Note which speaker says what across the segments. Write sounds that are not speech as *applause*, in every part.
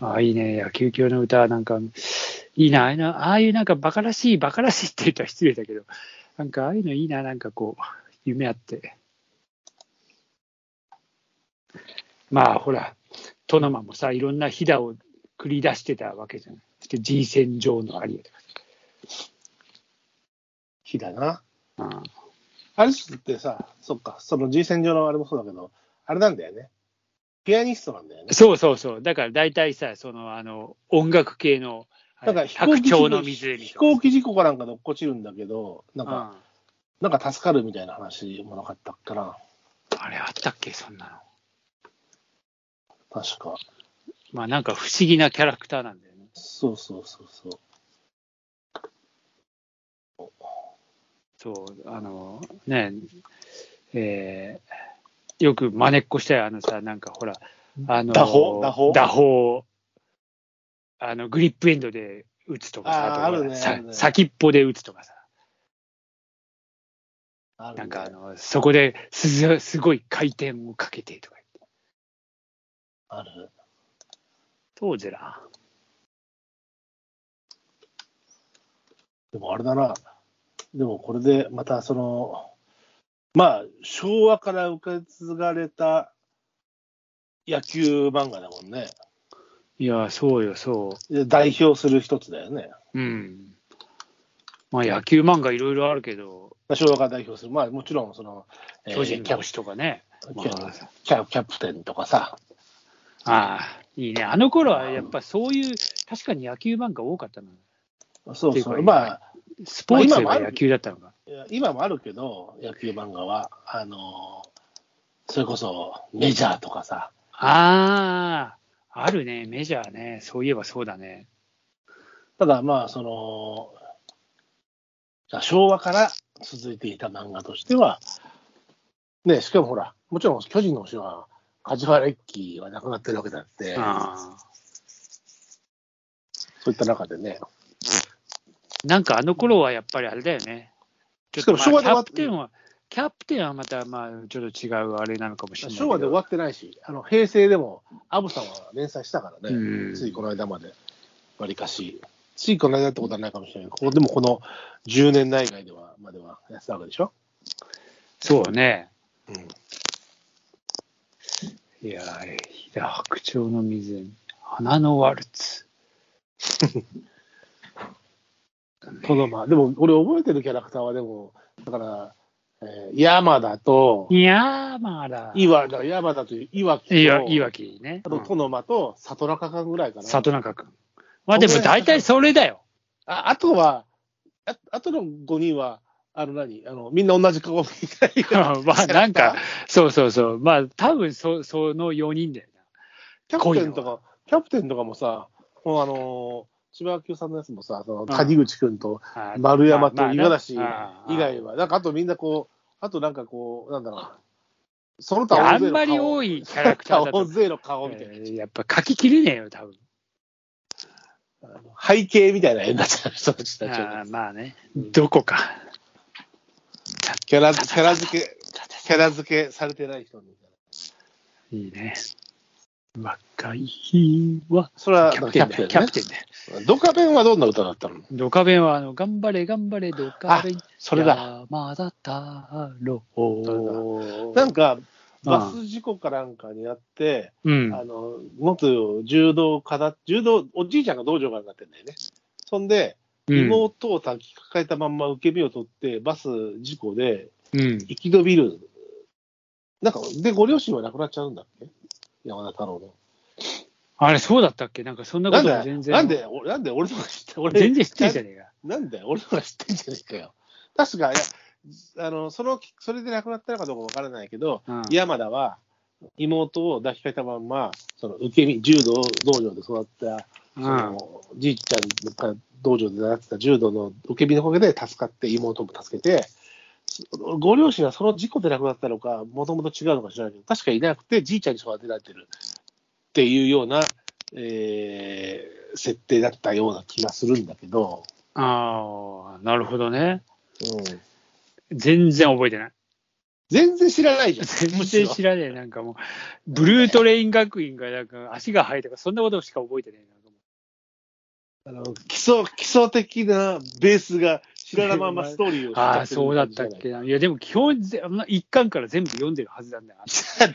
Speaker 1: あ、いいね。野球教の歌、なんか、いいな。ああいうなああいうなんか、馬鹿らしい、馬鹿らしいって言ったら失礼だけど、なんか、ああいうのいいな。なんかこう、夢あって。まあ、ほら、トノマもさ、いろんな飛騨を繰り出してたわけじゃない。そして、人選上のあり
Speaker 2: 日だな。
Speaker 1: えうん。
Speaker 2: アリスってさ、そっか、その G 戦上のあれもそうだけど、あれなんだよね。ピアニストなんだよね。
Speaker 1: そうそうそう。だから、大体さ、その、あの、音楽系の、あれ
Speaker 2: なんか飛行
Speaker 1: 白
Speaker 2: 機事
Speaker 1: 鳥
Speaker 2: 故
Speaker 1: の湖
Speaker 2: 飛
Speaker 1: とか
Speaker 2: 行機事故かなんかで落っこちるんだけど、なん
Speaker 1: う
Speaker 2: か、
Speaker 1: ん
Speaker 2: なんか助かるみたいな話もなかったから、
Speaker 1: あれあったっけ、そんなの。
Speaker 2: 確か。
Speaker 1: まあなんか不思議なキャラクターなんだよね。
Speaker 2: そうそうそうそう。
Speaker 1: そう、あの、ねえ、ーよく真似っこしたよ、あのさ、なんかほら、あの、
Speaker 2: 打法打法
Speaker 1: 法あの、グリップエンドで打つとかさ、
Speaker 2: あ
Speaker 1: とほ
Speaker 2: ー
Speaker 1: ら
Speaker 2: あるね
Speaker 1: さ
Speaker 2: あるね
Speaker 1: 先っぽで打つとかさ、
Speaker 2: あるね
Speaker 1: なんかあの、そこですすごい回転をかけてとか言って。
Speaker 2: ある。
Speaker 1: 当時ら。
Speaker 2: でもあれだな。でもこれでまたその、まあ、昭和から受け継がれた野球漫画だもんね。
Speaker 1: いや、そうよ、そう。
Speaker 2: で代表する一つだよね。
Speaker 1: うん。まあ野球漫画いろいろあるけど、
Speaker 2: まあ昭和から代表する。まあ、もちろんその、えー
Speaker 1: 巨人
Speaker 2: キ
Speaker 1: の
Speaker 2: ャプ
Speaker 1: 星とかね。ま
Speaker 2: キャ
Speaker 1: あ
Speaker 2: キャキャプテンとかさ。
Speaker 1: ああ、いいね。あの頃はやっぱそういう、確かに野球漫画多かったな。
Speaker 2: そう
Speaker 1: ってい
Speaker 2: そうう。
Speaker 1: か
Speaker 2: まあ、
Speaker 1: スポーツで
Speaker 2: まあ今もあ
Speaker 1: は
Speaker 2: る
Speaker 1: 野球だったのか。
Speaker 2: いや今もあるけど、野球漫画は、あのーそれこそメジャーとかさ、
Speaker 1: ああ、あるね。メジャーね。そういえばそうだね。
Speaker 2: ただまあ、その、昭和から続いていた漫画としては、ね、しかもほら、もちろん巨人の星は、カジファレッキーはなくなってるわけだって、
Speaker 1: ああ
Speaker 2: そういった中でね、
Speaker 1: なんかあの頃はやっぱりあれだよね。ちょっとまあ
Speaker 2: しかも昭和
Speaker 1: キャ
Speaker 2: で終わっ
Speaker 1: プテンは、キャプテンはまたまあちょっと違うあれなのかもしれないけど。
Speaker 2: 昭和で終わってないし、あの平成でも、アブさんは連載したからね、
Speaker 1: うん
Speaker 2: ついこの間まで、わりかし、ついこの間ってことはないかもしれないけど、ここでもこの10年内外ではまではやってたわけでしょ。
Speaker 1: そうね。
Speaker 2: うん
Speaker 1: いやー、飛騨白鳥の湖、花のワルツ。
Speaker 2: トノマでも俺覚えてるキャラクターはでもだから、えー、山田と
Speaker 1: いやー、まあだ。い
Speaker 2: 岩だ山田という岩木と
Speaker 1: や、いわきね。
Speaker 2: あと
Speaker 1: う
Speaker 2: ト
Speaker 1: ん
Speaker 2: ノマと里中間ぐらいかな、
Speaker 1: 里中君。まあでも大体それだ
Speaker 2: *laughs*
Speaker 1: よ。
Speaker 2: ああとはああとの5人はあの何あのみんな同じ顔みたい
Speaker 1: *laughs* まあなんか、そうそうそう。まあ多分そその4人だよ
Speaker 2: キャプテン
Speaker 1: 濃
Speaker 2: と
Speaker 1: いの
Speaker 2: かキャプテンとかもさこのあの千葉清さんのやつもさその谷口君と
Speaker 1: な。あ
Speaker 2: 丸山と
Speaker 1: まあ
Speaker 2: 五十嵐以
Speaker 1: まあね
Speaker 2: 外はなんかあとみんなこうあとなんかこうなんだろうその
Speaker 1: あ
Speaker 2: 他
Speaker 1: あん
Speaker 2: 大勢の
Speaker 1: まり
Speaker 2: 顔
Speaker 1: 多いキャラクターだ
Speaker 2: *laughs* 大
Speaker 1: と。
Speaker 2: 勢の顔みたいな。
Speaker 1: やっぱ書ききれねえよ、多分。
Speaker 2: 背景みたいな絵になっちゃう人たちたち
Speaker 1: あ
Speaker 2: は
Speaker 1: あまあね。どこか。
Speaker 2: キャラ、キャラ付け、キャラ付けされてない人みたいな。
Speaker 1: いいね。若い日は、
Speaker 2: それは
Speaker 1: キャプテンだよ。キャプテンだよ。
Speaker 2: ン。ドカベンはどんな歌だったの
Speaker 1: ドカベンは、あの、頑張れ、頑張れ、ドカベン。
Speaker 2: それだ。。
Speaker 1: 山田太郎。
Speaker 2: なんか、
Speaker 1: うん
Speaker 2: バス事故かなんかになって、
Speaker 1: うん。
Speaker 2: あの、元柔道家だ、柔道、おじいちゃんが道場家になってんだよね。そんで、
Speaker 1: うん
Speaker 2: 妹を抱きかかえたまんま受け身を取って、バス事故で
Speaker 1: うん。
Speaker 2: 生き延びる。なんか、で、ご両親は亡くなっちゃうんだっけ山田太郎の。
Speaker 1: あれ、そうだったっけなんか、そんなこと
Speaker 2: な
Speaker 1: も
Speaker 2: んで、
Speaker 1: 全然。
Speaker 2: なんで、俺なんで俺のが知って、俺、
Speaker 1: 全然知ってるじゃねえか。
Speaker 2: なんで俺のが知ってんじゃねえかよ。確か、いや、あの、その、それで亡くなったのかどうかわからないけど、
Speaker 1: うん
Speaker 2: 山田は、妹を抱きかけたまんま、その、受け身、柔道道場で育った、その、じいちゃんが道場で習ってた柔道の受け身のおかげで助かって、妹も助けて、ご両親がその事故で亡くなったのか、もともと違うのか知らないけど、確かいなくて、じいちゃんに育てられてるっていうような、えー設定だったような気がするんだけど、
Speaker 1: ああ、なるほどね。
Speaker 2: うん、
Speaker 1: 全然覚えてない。
Speaker 2: 全然知らないじゃん。
Speaker 1: 全然知らねえ、なんかもう、ブルートレイン学院がなんか足が生えたか、そんなことしか覚えてねえな。
Speaker 2: あの *laughs* 基礎基礎的なベースが知らないままストーリーを知っちゃ
Speaker 1: あ
Speaker 2: て
Speaker 1: あ、
Speaker 2: る
Speaker 1: そうだったっけな。いや、でも基本ぜ、あんな一巻から全部読んでるはずなんだよ。
Speaker 2: *laughs*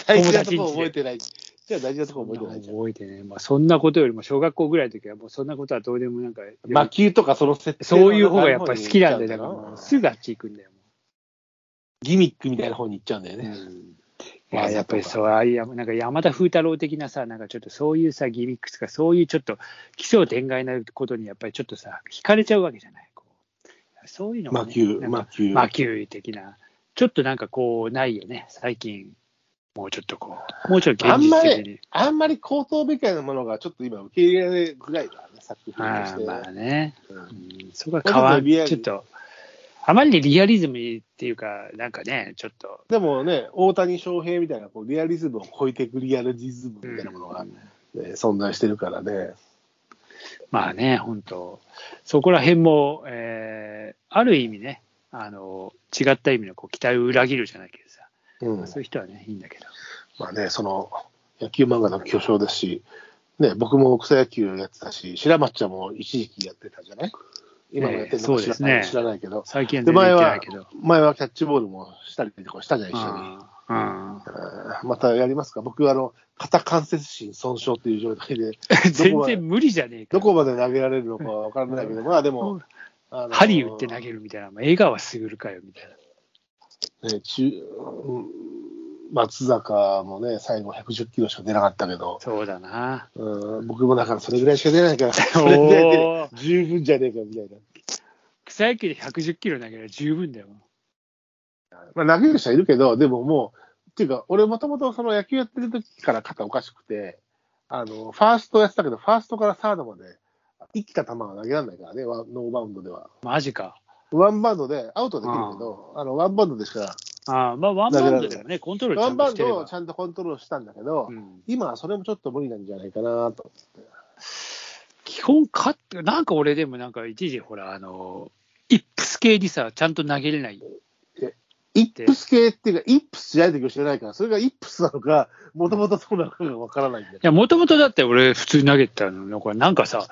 Speaker 2: 大事なとこ覚えてない。じゃあ大事なとこ覚えてないじゃん。
Speaker 1: 覚えてね。まあ、そんなことよりも、小学校ぐらいの時は、もうそんなことはどうでもなんか、
Speaker 2: 魔球とかその設定
Speaker 1: そういう方がやっぱり好きなんだよ。だからもう
Speaker 2: す
Speaker 1: すぐあっち行くんだよ。も
Speaker 2: ギミックみたいな方に行っちゃうんだよ
Speaker 1: う
Speaker 2: ね。
Speaker 1: いや、やっぱりそう、ああいう、なんか山田風太郎的なさ、なんかちょっとそういうさ、ギミックスか、そういうちょっと奇想天外なことに、やっぱりちょっとさ、惹かれちゃうわけじゃない。こうそういうのが
Speaker 2: 魔
Speaker 1: ね、な
Speaker 2: 球、
Speaker 1: んか
Speaker 2: 魔球。
Speaker 1: 魔球的な、ちょっとなんかこう、ないよね、最近。もうちょっとこう、もうちょっと
Speaker 2: あ
Speaker 1: 現
Speaker 2: んま
Speaker 1: 実的に
Speaker 2: り。、あんまり高等みたいなものがちょっと今受け入れられないぐらいだね、作品と
Speaker 1: あ
Speaker 2: し
Speaker 1: あ
Speaker 2: て。
Speaker 1: まあね、
Speaker 2: うん
Speaker 1: うん、そこは変わん、
Speaker 2: もうちょっとリアル
Speaker 1: ちょっと、あまりにリアリズムっていうか、なんかね、ちょっと。
Speaker 2: でもね、大谷翔平みたいなこうリアリズムを超えていくリアルリズムみたいなものが、ね存在してるからね。
Speaker 1: まあね、本当そこら辺も、えーある意味ね、あの、違った意味のこう期待を裏切るじゃないけどさ、
Speaker 2: うん
Speaker 1: そういう人はね、いいんだけど。
Speaker 2: まあね、その野球漫画の巨匠ですし、ね、僕も草野球やってたし、白松ちゃんも一時期やってたじゃない今もやってるのか
Speaker 1: ええそうです
Speaker 2: 知ら,、
Speaker 1: ね
Speaker 2: 知らないけど、
Speaker 1: 最近は
Speaker 2: で
Speaker 1: 全然
Speaker 2: 前
Speaker 1: 行ってな
Speaker 2: はい
Speaker 1: けど。
Speaker 2: 前はキャッチボールもしたりとかしたじゃん、一緒に。
Speaker 1: うんうん
Speaker 2: うんまたやりますか僕はあの肩関節心損傷っていう状態で、ど
Speaker 1: *laughs* 全
Speaker 2: こまで
Speaker 1: 然無理じゃねえか。
Speaker 2: どこまで投げられるのかわからないけど、まあでも、あの
Speaker 1: ハリウッド投げるみたいな、映画はすぐるかよみたいな。
Speaker 2: ね、中うん松坂もね、最後110キロしか出なかったけど、
Speaker 1: そうだな。
Speaker 2: うん、僕もだからそれぐらいしか出ないから、 *laughs* それで
Speaker 1: おお、
Speaker 2: 十分じゃねえかみたい
Speaker 1: 草野球で110キロ投げれば十分だよ。
Speaker 2: な。まあ、投げる人はいるけど、でももう、っていうか、俺もともとその野球やってる時から肩おかしくて、あの、ファーストやってたけど、ファーストからサードまで、生きた球は投げられないからね、ワンノーバウンドでは。
Speaker 1: マジか。
Speaker 2: ワンバウンドで、アウトできるけど、あの、ワンバウンドでしか、
Speaker 1: ああ、まあワンバウンドでもね、コントロールち
Speaker 2: ワ
Speaker 1: ゃ
Speaker 2: ン
Speaker 1: ん
Speaker 2: バ
Speaker 1: と
Speaker 2: ウ
Speaker 1: し
Speaker 2: ン
Speaker 1: てれ
Speaker 2: ドを
Speaker 1: ば
Speaker 2: ち。ゃんとコントロールしたんだけど、
Speaker 1: うん
Speaker 2: 今はそれもちょっと無理なんじゃないかなと。
Speaker 1: 基本かって、なんか俺でもなんか一時ほら、あの、イップス系にさ、ちゃんと投げれない。
Speaker 2: イップス系っていうか、イップスじゃない時を知らないから、それがイップスなのか、もともとそうなのかがわからないんだよ
Speaker 1: い。や、もともとだって俺普通に投げてたのよこれなんかさ、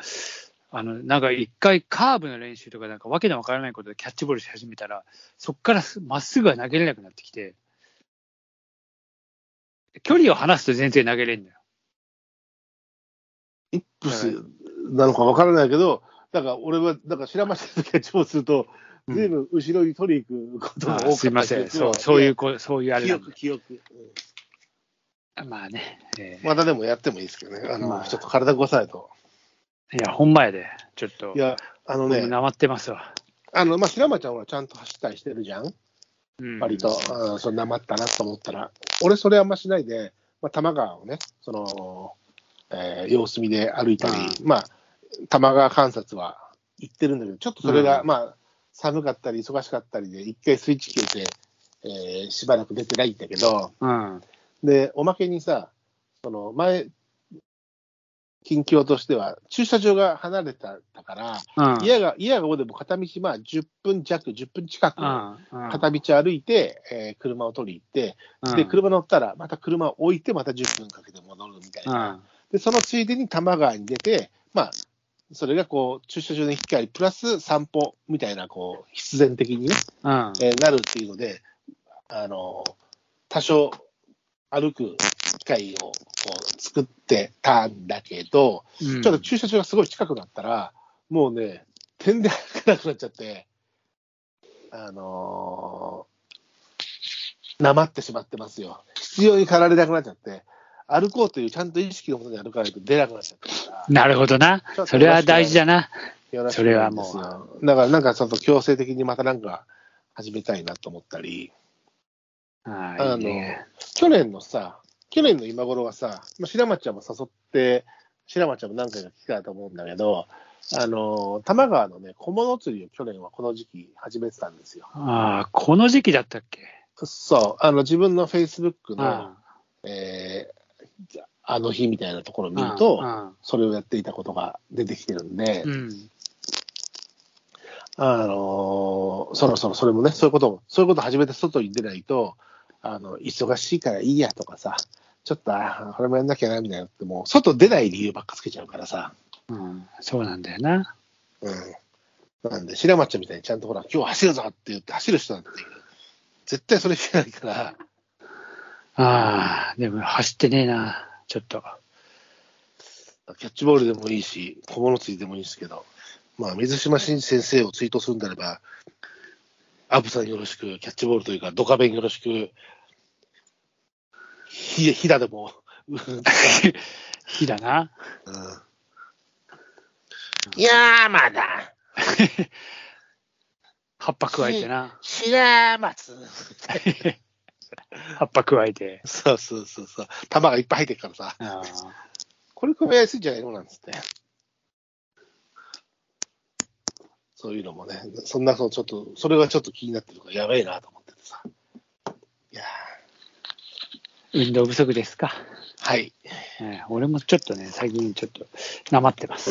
Speaker 1: あの、なんか一回カーブの練習とかなんかわけのわからないことでキャッチボールし始めたら、そっからすまっすぐは投げれなくなってきて、距離を離すと全然投げれんのよ。
Speaker 2: イップスなのかわからないけど、だから俺は、だから白町の時は調すると、
Speaker 1: うん
Speaker 2: ずいぶん後ろに取りに行くことが多かった
Speaker 1: あすいません。そう、そういう、こそういうあれ
Speaker 2: 記
Speaker 1: なん
Speaker 2: 憶、記憶。うん
Speaker 1: で。まあね、え
Speaker 2: またでもやってもいいですけどね。あの、
Speaker 1: まあ
Speaker 2: ちょっと体壊さないと。
Speaker 1: ーいや、ほんまやで、ちょっと
Speaker 2: い、や、あの
Speaker 1: 僕
Speaker 2: ね、
Speaker 1: なまってますわ。
Speaker 2: あの、まあ、白町はほらちゃんと走ったりしてるじゃん。
Speaker 1: うん
Speaker 2: 割と、うん、そんな待ったなと思ったら、俺、それあんましないで、まあ、多摩川をね、その、えー様子見で歩いたり、まあ、多摩川観察は行ってるんだけど、ちょっとそれが、
Speaker 1: うん
Speaker 2: まあ、寒かったり、忙しかったりで、一回スイッチ切れて、えーしばらく出てないんだけど、
Speaker 1: うん。
Speaker 2: で、おまけにさ、その、前、近況としては、駐車場が離れたから、
Speaker 1: うん。
Speaker 2: 家が、家がもうでも片道、まあ、10分弱、10分近く、
Speaker 1: うん、
Speaker 2: 片道歩いて、えー車を取り行って、で、車乗ったら、また車を置いて、また10分かけて戻るみたい
Speaker 1: うん。う
Speaker 2: な。
Speaker 1: ん
Speaker 2: で、そのついでに多摩川に出て、まあ、それがこう、駐車場の引き換え、プラス散歩みたいな、こう、必然的にね、
Speaker 1: うん。
Speaker 2: えーなるっていうので、あの、多少歩く機会をこう作ってたんだけど、
Speaker 1: うん
Speaker 2: ちょっと駐車場がすごい近くなったら、もうね、点で歩かなくなっちゃって、あのー、なまってしまってますよ。必要に駆られなくなっちゃって、歩こうというちゃんと意識のもとに歩かないと出なくなっちゃったか
Speaker 1: なるほどな。
Speaker 2: ら。
Speaker 1: それは大事だな。
Speaker 2: よろしく
Speaker 1: それはもう
Speaker 2: お願いしますよだからなんかちょっと強制的にまたなんか始めたいなと思ったり、
Speaker 1: あ
Speaker 2: あ
Speaker 1: あ、
Speaker 2: の
Speaker 1: いいね。
Speaker 2: 去年のさ、去年の今頃はさ、まあ白松ちゃんも誘って、白松ちゃんも何回か来たと思うんだけど、あの、多摩川のね、小物釣りを去年はこの時期始めてたんですよ。
Speaker 1: ああ、この時期だったっけ。
Speaker 2: そう、あの、自分の Facebook の、
Speaker 1: あ
Speaker 2: えーあの日みたいなところを
Speaker 1: あ
Speaker 2: 見ると、
Speaker 1: ああ
Speaker 2: それをやっていたことが出てきてるんで、
Speaker 1: うん。
Speaker 2: あのーそろそろそれもね、そういうことも、そういうことを始めて外に出ないと、あの、忙しいからいいやとかさ、ちょっと、あこれもやんなきゃな、みたいなって、もう、外出ない理由ばっかつけちゃうからさ。
Speaker 1: うん、そうなんだよな。
Speaker 2: うん。なんで、白松ちゃんみたいにちゃんとほら、今日走るぞって言って走る人なんて、絶対それしないから、
Speaker 1: ああ、でも走ってねえな、ちょっと。 *laughs*
Speaker 2: キャッチボールでもいいし、小物ついでもいいんですけど、まあ、水島新先生を追悼するんであれば、アブさんよろしく、キャッチボールというか、ドカベンよろしく、ひ、ひだでも、うん
Speaker 1: 火だな。
Speaker 2: いやーまだ、
Speaker 1: 葉っぱ加えてな。
Speaker 2: 白松。
Speaker 1: 葉っぱ加えて。
Speaker 2: そうそうそうそう、球がいっぱい入ってるからさ、
Speaker 1: あ
Speaker 2: これ組み合わせんじゃないのなんつって。そういうのもね、そんな、そうちょっと、それがちょっと気になってるから、やべえなと思っててさ。いや
Speaker 1: ー運動不足ですか。
Speaker 2: ーはい。
Speaker 1: えー俺もちょっとね、最近ちょっと、なまってます。